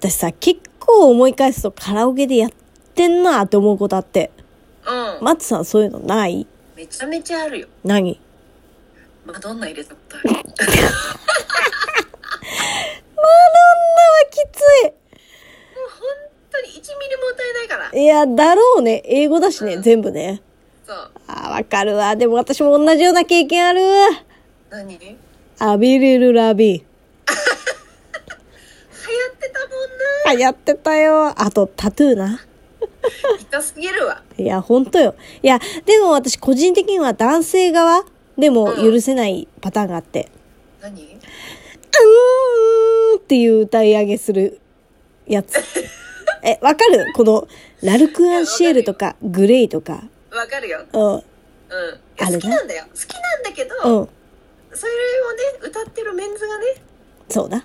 私さ、結構思い返すとカラオケでやってんなって思うことあって。うん。マツさんそういうのないめちゃめちゃあるよ。何マドンナ入れたことある。あ、きつ本当に1ミリも歌えないから。いいや、だろうね。英語だしね、全部ね。そう。あー、わかるわ。でも私も同じような経験あるわ。何流行っアビリル・ラビてたもー。あ、やってたよ。あと、タトゥーな。んな。痛すぎるわ。いや、ほんとよ。いや、でも私個人的には男性側でも許せないパターンがあって。何うーんっていう歌い上げするやつ。え、わかるこの、ラルクアンシエルとか、グレイとか。わかるよ。うん。うん。いあやれね好きなんだよ。好きなんだけど、うん。それをね、歌ってるメンズがね、そうだ。